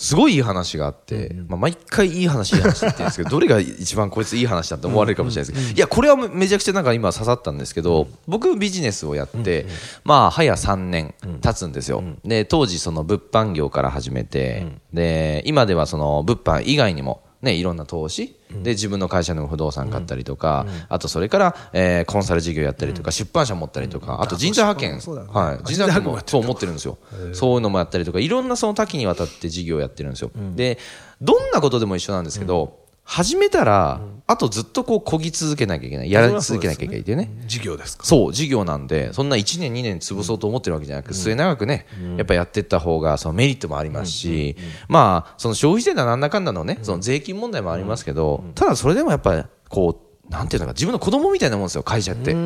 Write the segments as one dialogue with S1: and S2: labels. S1: すごいいい話があって、まあ、毎回いい話いい話って言うんです けど、どれが一番こいついい話だって思われるかもしれないですけど、いや、これはめめちゃくちゃなんか今刺さったんですけど、僕ビジネスをやって、まあ、早3年経つんですよ。で、当時その物販業から始めて、で、今ではその物販以外にも、ね、いろんな投資、で自分の会社の不動産買ったりとか、あとそれから、えーコンサル事業やったりとか、出版社持ったりとか、あと人材派遣、
S2: そうだね
S1: はい、人材派遣もそう思ってるんですよ、そういうのもやったりとかいろんなその多岐にわたって事業をやってるんですよ、でどんなことでも一緒なんですけど、始めたら、あとずっとこうこぎ続けなきゃいけないやり続けなきゃいけないっていうね
S2: 事業ですか
S1: そう事業なんでそんな1年2年潰そうと思ってるわけじゃなく、末永くね、やっぱやっていった方がそのメリットもありますし、まあその消費税だなんだかんだのね、その税金問題もありますけど、ただそれでもやっぱりこうなんていうのか自分の子供みたいなもんですよ会社って、だか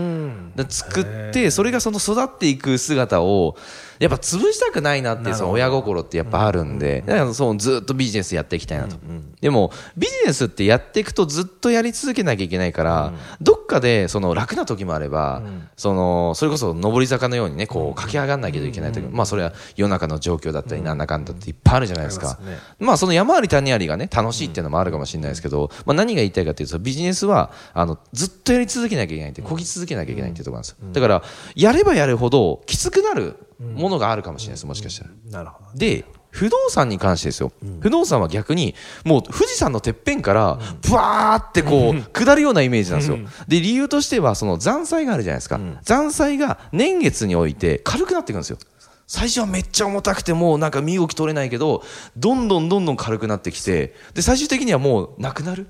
S1: ら作ってそれがその育っていく姿をやっぱ潰したくないなっていうその親心ってやっぱあるんで、だからそうずっとビジネスやっていきたいなと、でもビジネスってやっていくとずっとやり続けなきゃいけないから、どっかでその楽な時もあれば、そのそれこそ上り坂のようにねこう駆け上がらなきゃいけない時も、まあそれは世の中の状況だったりなんだかんだっていっぱいあるじゃないですか、
S2: ありますね
S1: まあその山あり谷ありがね楽しいっていうのもあるかもしれないですけど、まあ何が言いたいかというとビジネスはあのずっとやり続けなきゃいけないってこぎ続けなきゃいけないっていうところなんですよ、だからやればやるほどきつくなるものがあるかもしれないですもしかしたら。
S2: なるほど
S1: で不動産に関してですよ、不動産は逆にもう富士山のてっぺんからぶわーってこう下るようなイメージなんですよ、で理由としてはその残債があるじゃないですか、残債が年月において軽くなっていくんですよ最初はめっちゃ重たくてもうなんか身動き取れないけどどんどんどんどん軽くなってきてで最終的にはもうなくなる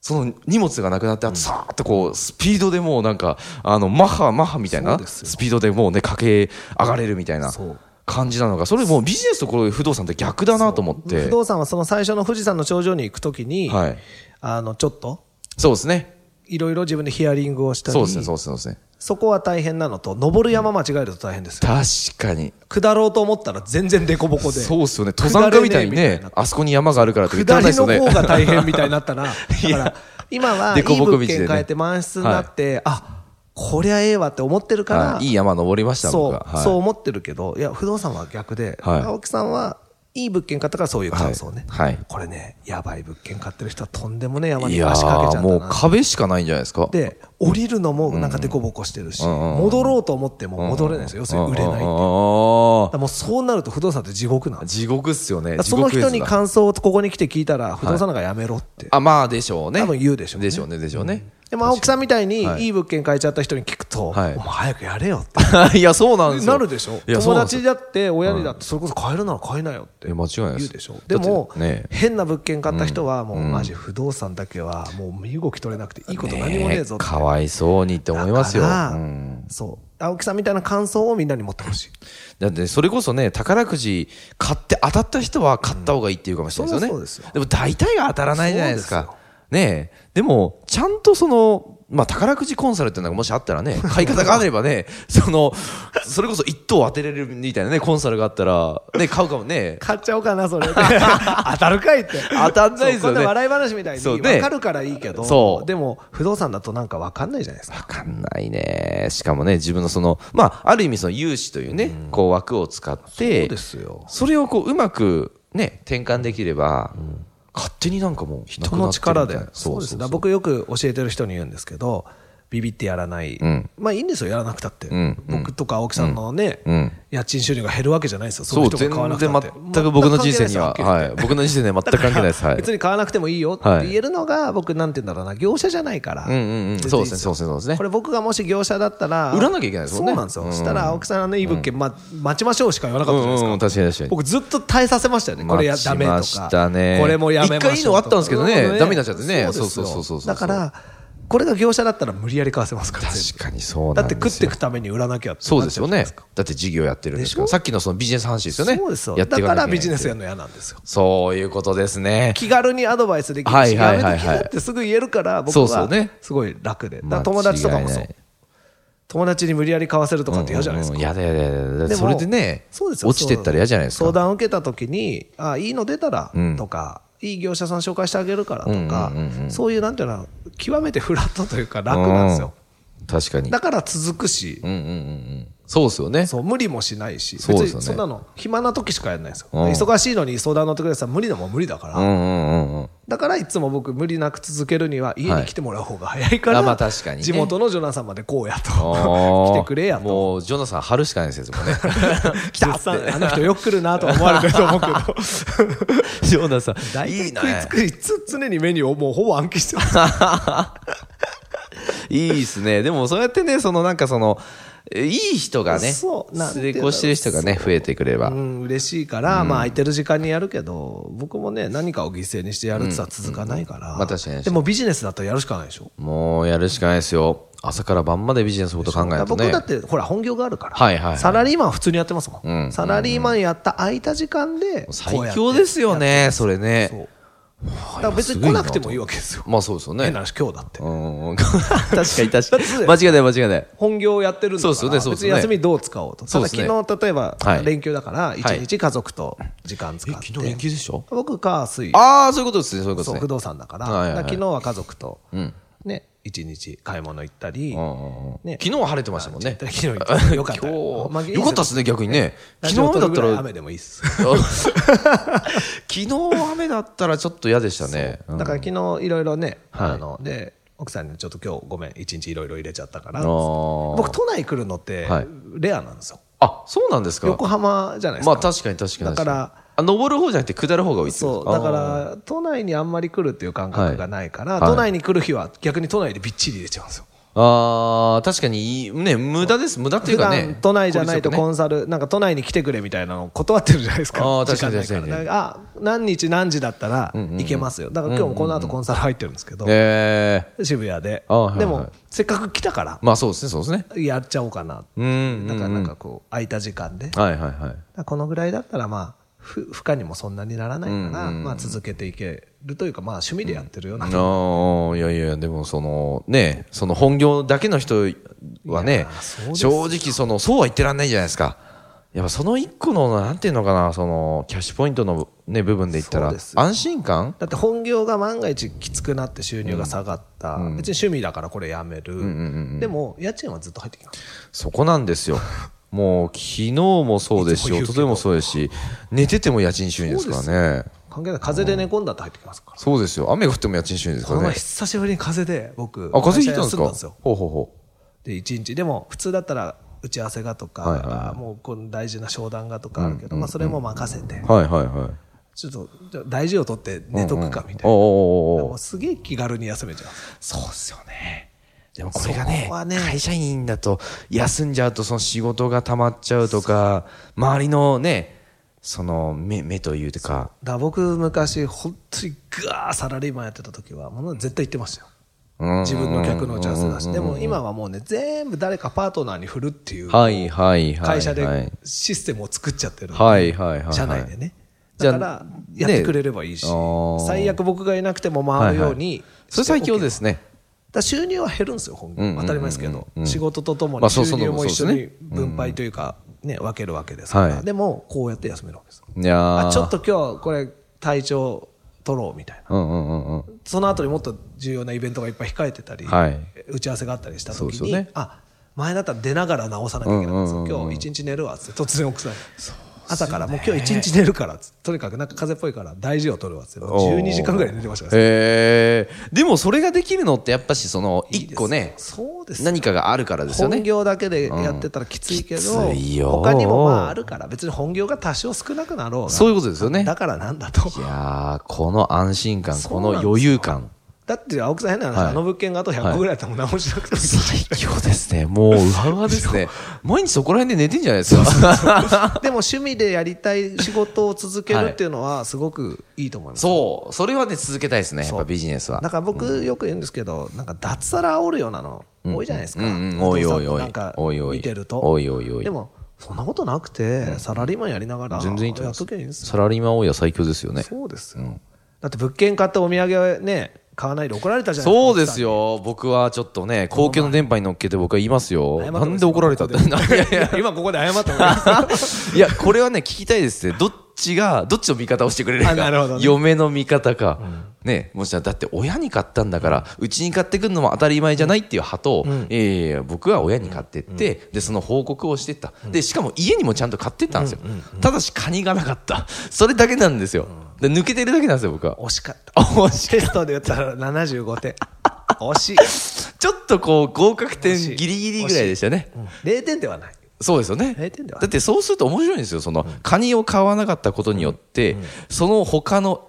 S1: その荷物がなくなって、あとさーっとこう、スピードでもうなんか、あの、マッハ、マッハみたいな、
S2: そうですよ
S1: スピードでもうね、駆け上がれるみたいな
S2: そう
S1: 感じなのが、それもうビジネスとこれ不動産って逆だなと思って。
S2: 不動産はその最初の富士山の頂上に行くときに、
S1: はい
S2: あのちょっと
S1: そうですね。
S2: いろいろ自分でヒアリングをしたり
S1: そうですね、そうですね、そうで
S2: そこは大変なのと登る山間違えると大変ですよ、
S1: すね。確かに。
S2: 下ろうと思ったら全然デコボコで
S1: そうっすよね。登山家みたいに
S2: 下れ
S1: ね
S2: ねえみたい、な
S1: あそこに山があるからとか言って
S2: 下
S1: らない
S2: り
S1: ですよ
S2: の
S1: ね。
S2: 方が大変みたいになったらだから今はい
S1: デ
S2: い
S1: コボコ道
S2: 物
S1: でね
S2: 件変えて満室になって、あこりゃええわって思ってるから、
S1: はいいい山登りました、
S2: そう、
S1: 僕は。はい
S2: そう思ってるけど、いや、不動産は逆で、
S1: はい
S2: 青木さんは、いい物件買ったからそういう感想ね、
S1: はいはい
S2: これね、やばい物件買ってる人はとんでもねえ山
S1: い
S2: に
S1: や
S2: 足掛けち
S1: ー、
S2: ゃった
S1: もう
S2: なっ
S1: 壁しかないんじゃないですか。
S2: て。で、降りるのもなんかデコボコしてるし、
S1: うんうんうん
S2: 戻ろうと思っても戻れないですよ。要するに売れないっていう。だか
S1: あ
S2: らもうそうなると不動産って地獄なん
S1: あ、
S2: です。
S1: 地獄っすよね
S2: だか。らその
S1: 地獄絵図
S2: 人
S1: だ
S2: に感想をここに来て聞いたら、不動産なんかやめろって。
S1: あ、まあでしょうね。
S2: 多分言うでしょうね
S1: でしょうね、でしょうね。
S2: でも青木さんみたいに
S1: はい
S2: いい物件買えちゃった人に聞くと、
S1: はい
S2: お前早くやれよっ て。
S1: いや、そうなんですよ。
S2: なるでしょ
S1: いや
S2: 友
S1: そう
S2: 達
S1: なんですよ
S2: だって親にだってそれこそ買えるなら買えなよって
S1: いや間違いないです
S2: 言うでしょでも
S1: だってね
S2: 変な物件買った人はもうマジ不動産だけはもう身動き取れなくていいこと何もねえ
S1: ねえ
S2: ぞって
S1: かわいそうにって思いますよ。
S2: だ
S1: う
S2: から
S1: ん
S2: そう青木さんみたいな感想をみんなに持ってほしい
S1: だってそれこそね宝くじ買って当たった人は買った方がいいっていうかもしれないですよね、
S2: うんそうですよ
S1: でも大体が当たらないじゃないです
S2: そう
S1: かねえでもちゃんとそのまあ宝くじコンサルっていうのがもしあったらね 買い方があればねそのそれこそ一等当てれるみたいなねコンサルがあったらね 買うかもね
S2: 買っちゃおうかなそれ 当たるかいって
S1: 当たんないですよね
S2: そうこんな笑い話みたいに
S1: そう
S2: 分
S1: ね
S2: かるからいいけ
S1: そ
S2: ど
S1: う
S2: でも不動産だとなんか分かんないじゃないですか
S1: わかんないね。しかもね、自分のその、まあ、ある意味その融資というね、こう枠を使って、
S2: そうですよ
S1: それをこう、うまくね、転換できれば、勝手になんかもう、
S2: 人の力で
S1: なくなってるみたいな
S2: そうで
S1: そ
S2: すね
S1: うそう
S2: 僕よく教えてる人に言うんですけどビビってやらない、
S1: ん
S2: まあいいんですよやらなくたって、
S1: ん
S2: 僕とか青木さんのね、
S1: うん
S2: 家賃収入が減るわけじゃないですよ
S1: そう
S2: の人
S1: 全
S2: が買わな
S1: 然
S2: くたって
S1: 全く僕の人生には、
S2: 全
S1: はい。
S2: く関係ないです
S1: 僕の人生には全く関係ないです。は。
S2: はい 別に買わなくてもいいよって言えるのが僕なんて言うんだろうな業者じゃないから
S1: うんうんうん。そ
S2: 全然
S1: う
S2: いい
S1: ですね、そうですね、そうですね
S2: こ。れ僕がもし業者だったら
S1: 売らなきゃいけないですもんね
S2: そうなんですよ、
S1: うん
S2: したら青木さんのいい物件、ま待ちましょうしか言わなかったじゃないですか、
S1: うんうん確かに確かに
S2: 僕ずっと耐えさせましたよねこれや
S1: 待ち
S2: ダメと
S1: ま
S2: か
S1: したね
S2: これもやめましょうとか
S1: 一回いいのあったんですけどね
S2: う
S1: ダメになっちゃってね
S2: そうです
S1: そうそう
S2: よ
S1: そうそうそう
S2: だからこれが業者だったら無理やり買わせますから
S1: 確
S2: 全部
S1: かにそう
S2: だ
S1: な
S2: っ
S1: ん
S2: て
S1: ですよ
S2: 食っていくために売らなきゃって
S1: そうですよ
S2: なっ
S1: ね
S2: ちゃうじゃない。
S1: だって事業やってるんですから。
S2: でしょ
S1: さっきのそのビジネス話ですよね。
S2: そうですよ
S1: やって
S2: だ
S1: い
S2: か
S1: なきゃいけない
S2: らビジネスやるの嫌なんですよ
S1: そういうことですね。
S2: 気軽にアドバイスできるし、
S1: はいはいはいはい
S2: やめときなってすぐ言えるから僕
S1: そうそう
S2: は
S1: ね
S2: すごい楽で、だか
S1: ま
S2: ら
S1: あ
S2: 友達とかもそ
S1: 違
S2: う
S1: いない
S2: 友達に無理やり買わせるとかって嫌じゃないですか、
S1: うんうんうんやだやだやだ
S2: でも
S1: それでね
S2: そうですよ
S1: 落ちてったら嫌じゃないですか
S2: 相談を受けた時にあいいの出たら
S1: うん
S2: とか、いい業者さん紹介してあげるからとか、
S1: うんうんうんうん
S2: そういうなんていうの極めてフラットというか楽なんですよ、
S1: うん確かに
S2: だから続くし、
S1: うんうんうんうんそうですよね
S2: そう無理もしないし
S1: そうですよね
S2: 別にそんなの暇な時しかやらないですよ、
S1: うん
S2: 忙しいのに相談乗ってくれたら無理だもん無理だから、
S1: うんうんうんうん
S2: だからいつも僕無理なく続けるには家に来てもらう方が早いから、
S1: はいあまあ確かにね
S2: 地元のジョナさんまでこうやと
S1: あー
S2: 来てくれやと
S1: もうジョナさん貼るしかないですよもうね
S2: 来たってあの人よく来るなと思われてると思うけ ど
S1: ジョナさん
S2: 大体
S1: いいね
S2: 食いつくりつ常にメニューをもうほぼ暗記してます
S1: いいですねでもそうやってねそのなんかそのえいい人がね
S2: そうなんて
S1: 成
S2: いうの
S1: 功してる人がね増えてくれれば
S2: うん嬉しいから、まあ空いてる時間にやるけど僕もね何かを犠牲にしてやるって言ったら続かないから、
S1: うんまあ確かに
S2: でもビジネスだったらやるしかないでしょ
S1: もうやるしかないですよ朝から晩までビジネスのこと考え
S2: だから
S1: ると
S2: 僕
S1: ね
S2: だってほら本業があるから、
S1: はいはいはい
S2: サラリーマンは普通にやってますもん、
S1: うん
S2: サラリーマンやった空いた時間でこうや
S1: 最
S2: って
S1: 強ですよねそれね
S2: そう
S1: だ
S2: だから別に来なくてもいいわけですよ。
S1: まあそうですよね
S2: 変な話、今日だって
S1: う。 ん確かに 確かに
S2: だって
S1: 間違いない間違いない
S2: 本業をやってるんだから、
S1: そうですよねそうです
S2: 別に
S1: よね
S2: 休みどう使おうと。た
S1: そう
S2: だ
S1: です
S2: 昨
S1: ね
S2: 日、例えば
S1: は、い
S2: 連休だから、一
S1: はい
S2: 日家族と時間使って。
S1: でしょ
S2: 僕、火、水、
S1: ああそういうことですねそういうこと
S2: そう、
S1: で
S2: 不
S1: すね
S2: 動産だから、
S1: はいはいはい
S2: だから昨日は家族と、
S1: うん
S2: ね、一日買い物行ったり、
S1: うんうんうん
S2: ね
S1: 昨日は晴れてましたもんね
S2: 昨日行ってよかったよ。
S1: 今日よかったですね逆にね昨日雨だった
S2: ら。
S1: ら
S2: 雨でもいいっす。
S1: 昨日雨だったらちょっと嫌でしたね
S2: だから昨日、いろいろね、
S1: はい
S2: あの、で、奥さんにちょっと今日ごめん、一日いろいろ入れちゃったから、
S1: あー
S2: 僕、都内来るのって
S1: はい、
S2: レアなんですよ。
S1: あそうなんですか
S2: 横浜じゃないですか。
S1: まあ確かに確かに
S2: だから
S1: あ登る方じゃなくて下る方が多いって
S2: そ
S1: こ
S2: う、
S1: とで
S2: だ
S1: す
S2: か
S1: かあ
S2: ら、都内にあんまり来るっていう感覚がないから、
S1: はい
S2: 都内に来る日は逆に都内でびっちり入れちゃうんですよ。
S1: ーあー確かにいいね無駄です無駄ってい
S2: 普
S1: うか
S2: 段
S1: ね
S2: 都内じゃない
S1: 効率よ
S2: と
S1: くね
S2: コンサル、なんか都内に来てくれみたいなの断ってるじゃないですか。
S1: あー確かに
S2: 時間な
S1: 確か
S2: いら
S1: に
S2: だらあ、何日何時だったら行けますよ。だから今日もこの後コンサル入ってるんですけど、
S1: ええ
S2: 渋谷で
S1: あーはいは。い
S2: でも、せっかく来たから、
S1: まあそうですねそうですね
S2: やっちゃおうかな。
S1: うんうんうん
S2: だからなんかこう、空いた時間で。だか
S1: はいはいはい
S2: らこのぐらいだったらまあ、ふ負荷にもそんなにならないから、まあ続けていけるというか、まあ趣味でやってるような
S1: ああ、いやいや、でもそのね、その本業だけの人はね
S2: そうで、す
S1: 正直その、そうは言ってらんないじゃないですか。やっぱその一個の、なんていうのかな、その、キャッシュポイントのね、部分で言った
S2: そう
S1: ら
S2: です、よ
S1: 安心感
S2: だって本業が万が一きつくなって収入が下がった、別に趣味だからこれやめる、でも家賃はずっと入ってきます
S1: そこなん ですよ。もう、昨日もそうですし、
S2: いつも言
S1: 一
S2: うけ
S1: 昨日
S2: ど
S1: もそうですし、寝てても家賃収入ですからね。
S2: 関係ない風邪で寝込んだって入ってきますから、
S1: そうですよ。雨降っても家賃収入です
S2: こ
S1: か
S2: の
S1: ら
S2: 前
S1: ね。
S2: 久しぶりに風邪で僕
S1: あ、風邪ひいたんです
S2: 会社休
S1: か
S2: んよ
S1: ほうほうほう。
S2: で一日でも普通だったら打ち合わせがとか、
S1: はいはいはい
S2: もうこの大事な商談がとかあるけど、まあ、それも任せて、
S1: はいはいはい。
S2: ちょっとじゃあ大事を取って寝とくかみたいな、
S1: おうおうおうおう
S2: もうすげえ気軽に休めちゃう
S1: そうっすよね。でもこれがね
S2: そこはね
S1: 会社員だと休んじゃうとその仕事が溜まっちゃうとか、周りのね、その目目というか、
S2: だから僕昔本当にガーサラリーマンやってた時はもう絶対行ってましたよ自分の客の打ち合わせだし、でも今はもうね、全部誰かパートナーに振るっていう、
S1: はいはいはい、はい。
S2: 会社でシステムを作っちゃってるんで、
S1: はいはいはいはい
S2: 社内でね。
S1: じゃ
S2: だ
S1: あ
S2: から、やってくれればいいし、
S1: ねあー
S2: 最悪僕がいなくても回るように、
S1: それ最強です
S2: ね。
S1: ね。
S2: だから収入は減るんですよ、本
S1: うんうんうんうん
S2: 当たり前ですけど、仕事ととも
S1: まあ
S2: に
S1: そ
S2: 収
S1: うそう
S2: 入も一緒
S1: そう
S2: に
S1: ですね
S2: 分配というか、ね、分けるわけですから、
S1: はい
S2: でも、こうやって休めるわけです。
S1: いやー
S2: あちょっと。今日これ、体調取ろうみたいな。
S1: うんうんうんうん。
S2: その後にもっと重要なイベントがいっぱい控えてたり、
S1: はい
S2: 打ち合わせがあったりした
S1: そうで
S2: 時
S1: す
S2: に、
S1: よね
S2: あ前だったら出ながら直さなきゃいけなかった
S1: うんうんん
S2: で
S1: うんう
S2: すよ、
S1: ん
S2: 今日一日寝るわっつって、突然奥さんに、朝から、もう今日一日寝るからっつって、とにかくなんか風邪っぽいから大事を取るわっつって、12時間ぐらい寝てましたから
S1: へえ。でもそれができるのってやっぱしその一個ね、
S2: そうですよ
S1: 何かがあるからですよね
S2: 本。業だけでやってたらきついけど、
S1: うんきついよ
S2: 他にもまああるから、別に本業が多少少なくなろうが
S1: そういうことですよね
S2: だからなんだと。
S1: いやーこの安心感、
S2: そ
S1: こ
S2: うなんですよ
S1: の余裕感。
S2: だって青木さん変な話、
S1: はい
S2: あの物件があと100個ぐらいあったらもう直しなくてもいい
S1: 最強ですね。もう、うわうわですね。毎日そこら辺で寝てんじゃないですか。
S2: でも趣味でやりたい仕事を続けるっていうのはすごくいいと思います。
S1: そう。それはね、続けたいですね。やっぱビジネスは
S2: だ。から僕よく言うんですけど、なんか脱サラ煽るようなの多いじゃないですか。
S1: うんうん
S2: お
S1: おい
S2: 父さ
S1: お
S2: んと
S1: いおい
S2: なんか
S1: おいおい
S2: 見てると。
S1: おいおいおい
S2: でも、そんなことなくて、サラリーマンやりながら、
S1: 全然いいと思い
S2: や
S1: ま
S2: っと
S1: す
S2: けばいいんですよ。
S1: サラリーマン多いは最強ですよね。
S2: そうですよ。だって物件買ってお土産ね、買わないで怒られたじゃないですか。
S1: そうですよ。僕はちょっとね、公共の電波に乗っけて僕は言いますよ。
S2: 謝って
S1: な
S2: ください
S1: んで怒られた って。いやい
S2: 奥
S1: や
S2: さんに。今ここで謝った方がいいで す
S1: いや、これはね、聞きたいですね。どっちが、どっちの味方をしてくれるか。
S2: あなるほどね
S1: 嫁の味方か。ね、もしだって親に買ったんだから、うちに買ってくるのも当たり前じゃないっていう派と、いやいやいや僕は親に買ってって、で、その報告をしてった。で、しかも家にもちゃんと買ってったんですよ。ただし、カニがなかった。それだけなんですよ。で、抜けてるだけなんですよ、僕は。
S2: 惜しかった。
S1: あ惜しい
S2: テストで言ったら75点。惜しい。
S1: ちょっとこう、合格点
S2: 惜しい
S1: ギリギリぐらいでしたね。
S2: 0点ではない。
S1: そうですよね。
S2: 0点では
S1: だってそうすると面白いんですよ。その、カニを買わなかったことによって、その他の、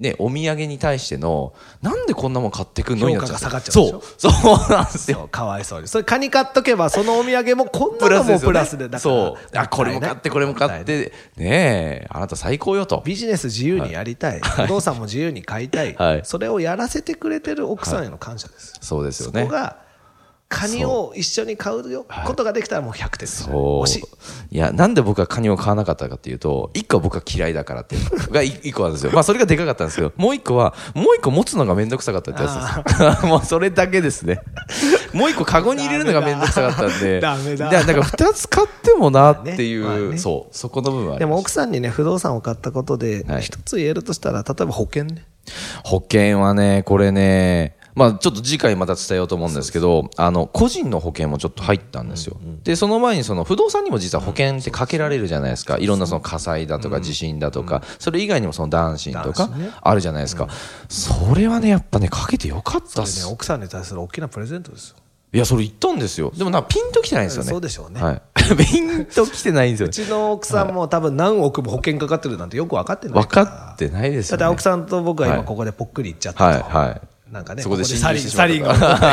S1: ね、お土産に対しての、なんでこんなもん買ってくんの
S2: 評価が下がっちゃうでし
S1: そ
S2: ょ
S1: う。そうなんですよ。
S2: かわいそうに。それカニ買っとけば、そのお土産もこんなのも
S1: ですよね
S2: プラスで、だから。
S1: そう。あ、これも買って、これも買っ。て、ねえ、あなた最高よと。
S2: ビジネス自由にやりたい。不動産も自由に買いたい,、
S1: はい
S2: それをやらせてくれてる奥さんへの感謝です。
S1: そうですよ
S2: そ
S1: ね。
S2: こが、カニを一緒に買うよことができたらもう100点ですよね。
S1: そう
S2: 惜しい。
S1: いや、なんで僕はカニを買わなかったかっていうと、一個は僕は嫌いだからっていうのがい一個なんですよ。まあ、それがでかかったんですけど、もう一個は、もう一個持つのがめんどくさかったってやつです。 もうそれだけですね。もう一個カゴに入れるのがめんどくさかったんで。
S2: ダメだ
S1: いやなんか二つ買ってもなってい
S2: まあねまあ
S1: う、
S2: ね
S1: そう、そこの部分はあ
S2: で
S1: ります
S2: も奥さんにね、不動産を買ったことで
S1: は、い
S2: 一つ言えるとしたら、例えば保険ね。
S1: 保険はね、これね、まあ、ちょっと次回また伝えようと思うんですけど、あの個人の保険もちょっと入ったんですよ。で、その前にその不動産にも実は保険ってかけられるじゃないですか、いろんなその火災だとか地震だとか、それ以外にもその男子とか
S2: 男子ね
S1: あるじゃないですか、それはね、やっぱね、かけてよかっ
S2: そ
S1: た
S2: れ
S1: っ
S2: ね、
S1: す。
S2: 奥さんに対する大きなプレゼントですよ。
S1: いや、それ言ったんですよ。でもなんかピンときてないんですよね。
S2: そうでしょうね
S1: はい、 ピンときてないんですよ
S2: う
S1: ね。
S2: ちの奥さんも多分何億も保険かかってるなんてよく分かってない
S1: 分
S2: から。
S1: かってないです
S2: だ
S1: よ
S2: って
S1: ね。
S2: 青木さんと僕は今
S1: はい
S2: ここでぽっくりいっちゃったと。
S1: はい、はい。
S2: なんかね、
S1: そこで
S2: ここ
S1: 死ん
S2: サ
S1: で
S2: リン、
S1: し
S2: サ
S1: まっ
S2: リン
S1: た
S2: が残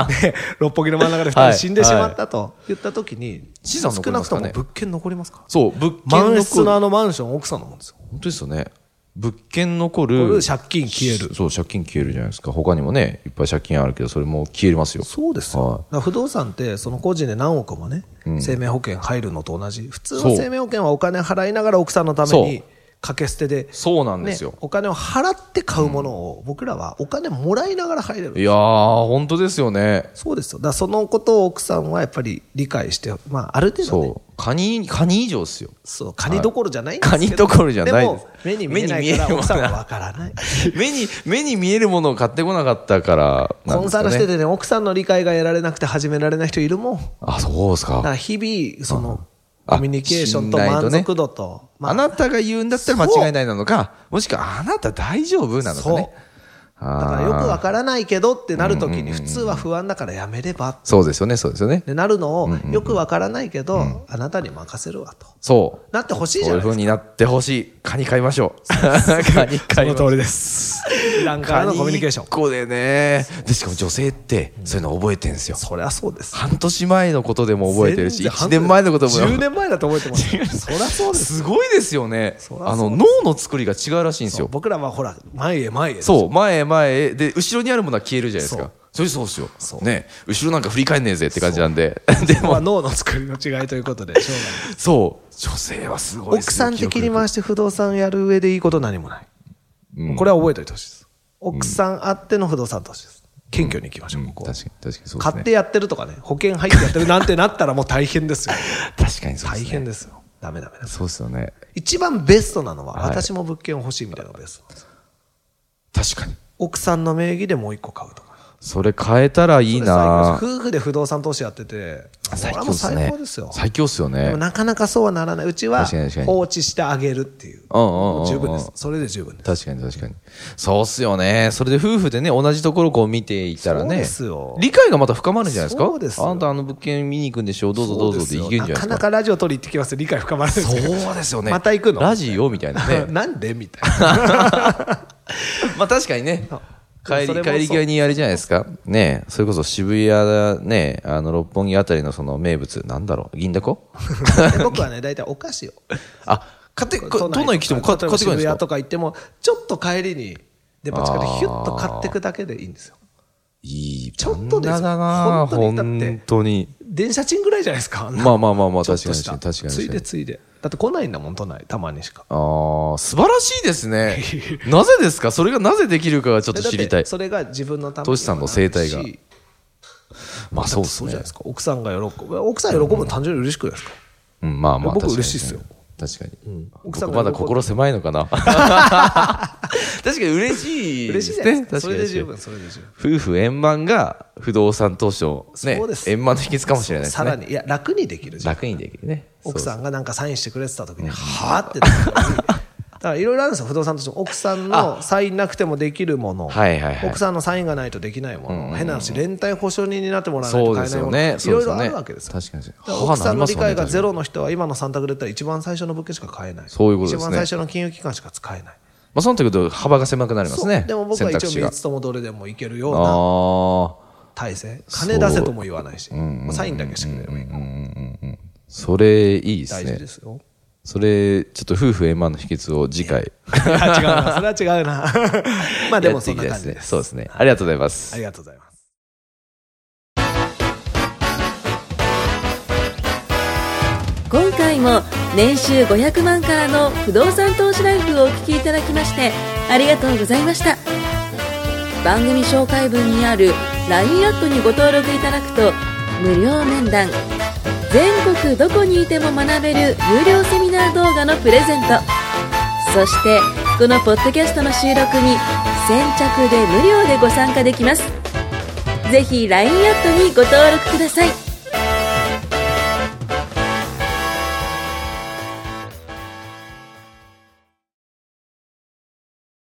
S2: って、ね 六本木の真ん中で二人死んでしまったと言った時に、
S1: 資産
S2: 少
S1: 残り
S2: な
S1: ま
S2: く
S1: すか
S2: と
S1: ね
S2: も物件残りますか
S1: そう、物件の
S2: 満室のあのマンション奥さんのもんですよ。
S1: 本当ですよね物件残
S2: これ
S1: る
S2: 借金消える。
S1: そう借金消えるじゃないですか他にもねいっぱい借金あるけどそれも消えますよ
S2: そうです
S1: はい
S2: よ。だから不動産って、その個人で何億もね、生命保険入るのと同じ。普通
S1: そ
S2: の
S1: う
S2: 生命保険はお金払いながら奥さんのために
S1: そう、
S2: 掛け捨てで、
S1: そうなんですよ
S2: ねお金を払って買うものを、僕らはお金もらいながら入れる。
S1: いやー本当ですよね
S2: そうですよ。だからそのことを奥さんはやっぱり理解して、まあ、ある程度ね、
S1: そうカニカニ以上ですよ
S2: そう、カニどころじゃないんですけ
S1: は
S2: ど、
S1: いカニどころじゃないです
S2: でも、目に見えない
S1: 目に
S2: から
S1: 見えるもん
S2: 奥さんはわか らない。
S1: 目に目に見えるものを買ってこなかったからなん
S2: コ
S1: で
S2: ン
S1: すか
S2: サ
S1: ね
S2: ルしててね、奥さんの理解が得られなくて始められない人いるもん。
S1: あそうです
S2: だか
S1: から
S2: 日々、その、
S1: あ
S2: コミュニケーションと
S1: 信頼
S2: 満
S1: とね
S2: 足度と、
S1: あなたが言うんだったら間違いないなのかもしくはあなた大丈夫なのかね
S2: だ
S1: あ
S2: から
S1: ー
S2: よくわからないけどってなるときに、普通は不安だからやめればっ
S1: そうですよねそうですよね
S2: てなるのを、よくわからないけど、あなたに任せるわと。
S1: そう
S2: なってほしいじ
S1: そ
S2: ゃ
S1: うい
S2: な
S1: う
S2: いで
S1: 風
S2: すか。
S1: になってほしいカニ買いましょうカニ買いましょう
S2: その通り です。イランからのコミュニケーション。
S1: カニ一個でね。で、しかも女性って、そういうの覚えてんすよ。
S2: そりゃそうです。
S1: 半年前のことでも覚えてるし、
S2: 全然
S1: 1年前のことも。
S2: 10年前だと覚えて ますよ。そりゃそうです。
S1: すごいですよね。
S2: りゃそう
S1: あの、脳の作りが違うらしいんですよ。
S2: 僕らはほら、前へ前へ。う。
S1: そう、前へ前へ。で、後ろにあるものは消えるじゃないです
S2: そう
S1: か。それそうですよ
S2: そ。う
S1: ね。後ろなんか振り返んねえぜって感じなんで。 で
S2: ここは
S1: も、
S2: 脳の作りの違いということで、生涯
S1: そう。女性はすごいで
S2: 奥
S1: すよ
S2: さん的に
S1: 記憶力
S2: 回して不動産やる上でいいこと何もない。これは覚えておいてほしいです。奥さんあっての不動産投資です。謙虚にいきましょう、ここは
S1: 確かに、確かにそうですね。
S2: 買ってやってるとかね、保険入ってやってるなんてなったらもう大変ですよ。
S1: 確かにそうで
S2: 大
S1: すね。
S2: 変ですよ。ダメダメです。
S1: そうですよね。
S2: 一番ベストなのは、
S1: はい
S2: 私も物件欲しいみたいなのがベストです。
S1: 確かに。
S2: 奥さんの名義でもう一個買うとか。
S1: それ変えたらいいな
S2: 夫婦で不動産投資やってて、
S1: 最
S2: これは
S1: 強
S2: も
S1: です
S2: う最
S1: ね
S2: 高ですよ。。
S1: 最強っすよね。
S2: でもなかなかそうはならない。うちは
S1: 確かに確かに
S2: 放置してあげるっていう。
S1: うんうんうんうん
S2: 十分です。それで十分です。
S1: 確かに確かに。そうっすよね。それで夫婦でね、同じところをこう見ていたらね。
S2: そうですよ
S1: 理解がまた深まるんじゃないですか
S2: そうですよ
S1: あんたあの物件見に行くんでしょうどうぞどうぞって
S2: そ
S1: 行
S2: う
S1: け
S2: で
S1: るん
S2: すよ
S1: じゃないで
S2: な
S1: す
S2: か
S1: か。
S2: なかラジオ取り行ってきます理解深まるんですけど
S1: そうですよね。
S2: また行くの
S1: ラジオみたいなね。
S2: なんでみたいな。
S1: まあ確かにね。帰り、
S2: それもそう
S1: 帰り際にあれじゃないですか。ねえそれこそ渋谷だね、あの、六本木あたりのその名物、なんだろう、銀だこ
S2: で僕はね大体お菓子を
S1: あ、買って、こ都内来ても買
S2: 例
S1: 買
S2: え
S1: ってこないんで
S2: ば渋
S1: す
S2: 谷
S1: か
S2: とか行ってもちょっと帰りにデパ地下でヒュッと買ってくだけでいいんですよ
S1: いい、
S2: ちょっとですよ
S1: 旦那だな
S2: 本当にだって
S1: 本当に。
S2: 電車賃ぐらいじゃないですか
S1: まあまあまあまあ、
S2: ちょっ
S1: 確かに
S2: とした
S1: 確かに。確かに
S2: ついでついでだって来ないんだもん都内たまにしか
S1: ああ、素晴らしいです ね。なぜですかそれがなぜできるかがちょっと知りた
S2: だっ
S1: い
S2: て。それが自分のためにも
S1: トシさんの生態が
S2: なるし
S1: まあそうです
S2: そう
S1: ね
S2: じゃないですか奥さんが喜ぶ奥さん喜ぶの単純に嬉しくないですか
S1: うん、まあまあ。確
S2: 僕
S1: かに
S2: 嬉しいっすよ。
S1: 確かに。
S2: 奥
S1: 僕
S2: さんが喜ぶ
S1: まだ心狭いのか な。確かに嬉しいで
S2: 嬉しいじ
S1: す
S2: ゃない
S1: ね。
S2: ですか
S1: 確
S2: それ
S1: か
S2: で
S1: に
S2: 十分それで十分
S1: 夫婦円満が不動産投資をね
S2: そうで、す
S1: 円満の秘訣かもしれないです
S2: さら
S1: ね。
S2: にいや楽にできるじゃん
S1: 楽にできるね。
S2: 奥さ
S1: ん。
S2: んがなんかサインしてくれてた時にはあってなったのに だからいろいろあるんですよ不動産としても奥さんのサインなくてもできるもの、
S1: はいはいはい
S2: 奥さんのサインがないとできないもの、変な話連帯保証人になってもらわない
S1: そ
S2: と
S1: うで
S2: 買え
S1: す
S2: ない
S1: よ
S2: もの、
S1: ね。
S2: いろい
S1: そ
S2: ろ
S1: うですよ
S2: あ
S1: ね
S2: るわけですよ
S1: 確かに。
S2: だから奥さんの理解がゼ
S1: ロ。
S2: ロの人は今の3択で言ったら一番最初の物件しか買えない
S1: そういうことですね
S2: 一番最初の金融機関しか使えない
S1: まあそうなってくると幅が狭くなります
S2: そ
S1: ね。
S2: うでも僕
S1: 選
S2: は一
S1: 択
S2: 応
S1: 肢
S2: 3
S1: が
S2: つ。ともどれでもいけるような
S1: ああ。
S2: 体制金出せとも言わないし、まあサインだけしてくれればいいから
S1: それいいです
S2: 大事で
S1: ね。
S2: すよ
S1: それ、ちょっと夫婦円満の秘訣を次回。
S2: い や違うなそれは違うな まあでもそんな
S1: やっ
S2: 感
S1: て
S2: じ
S1: いきたい
S2: です
S1: そうですね。ありがとうございます。
S2: ありがとうございます。
S3: 今回も年収500万からの不動産投資ライフをお聞きいただきましてありがとうございました番組紹介文にある LINE アットにご登録いただくと無料面談全国どこにいても学べる有料セミナー動画のプレゼントそしてこのポッドキャストの収録に先着で無料でご参加できますぜひ LINE アットにご登録ください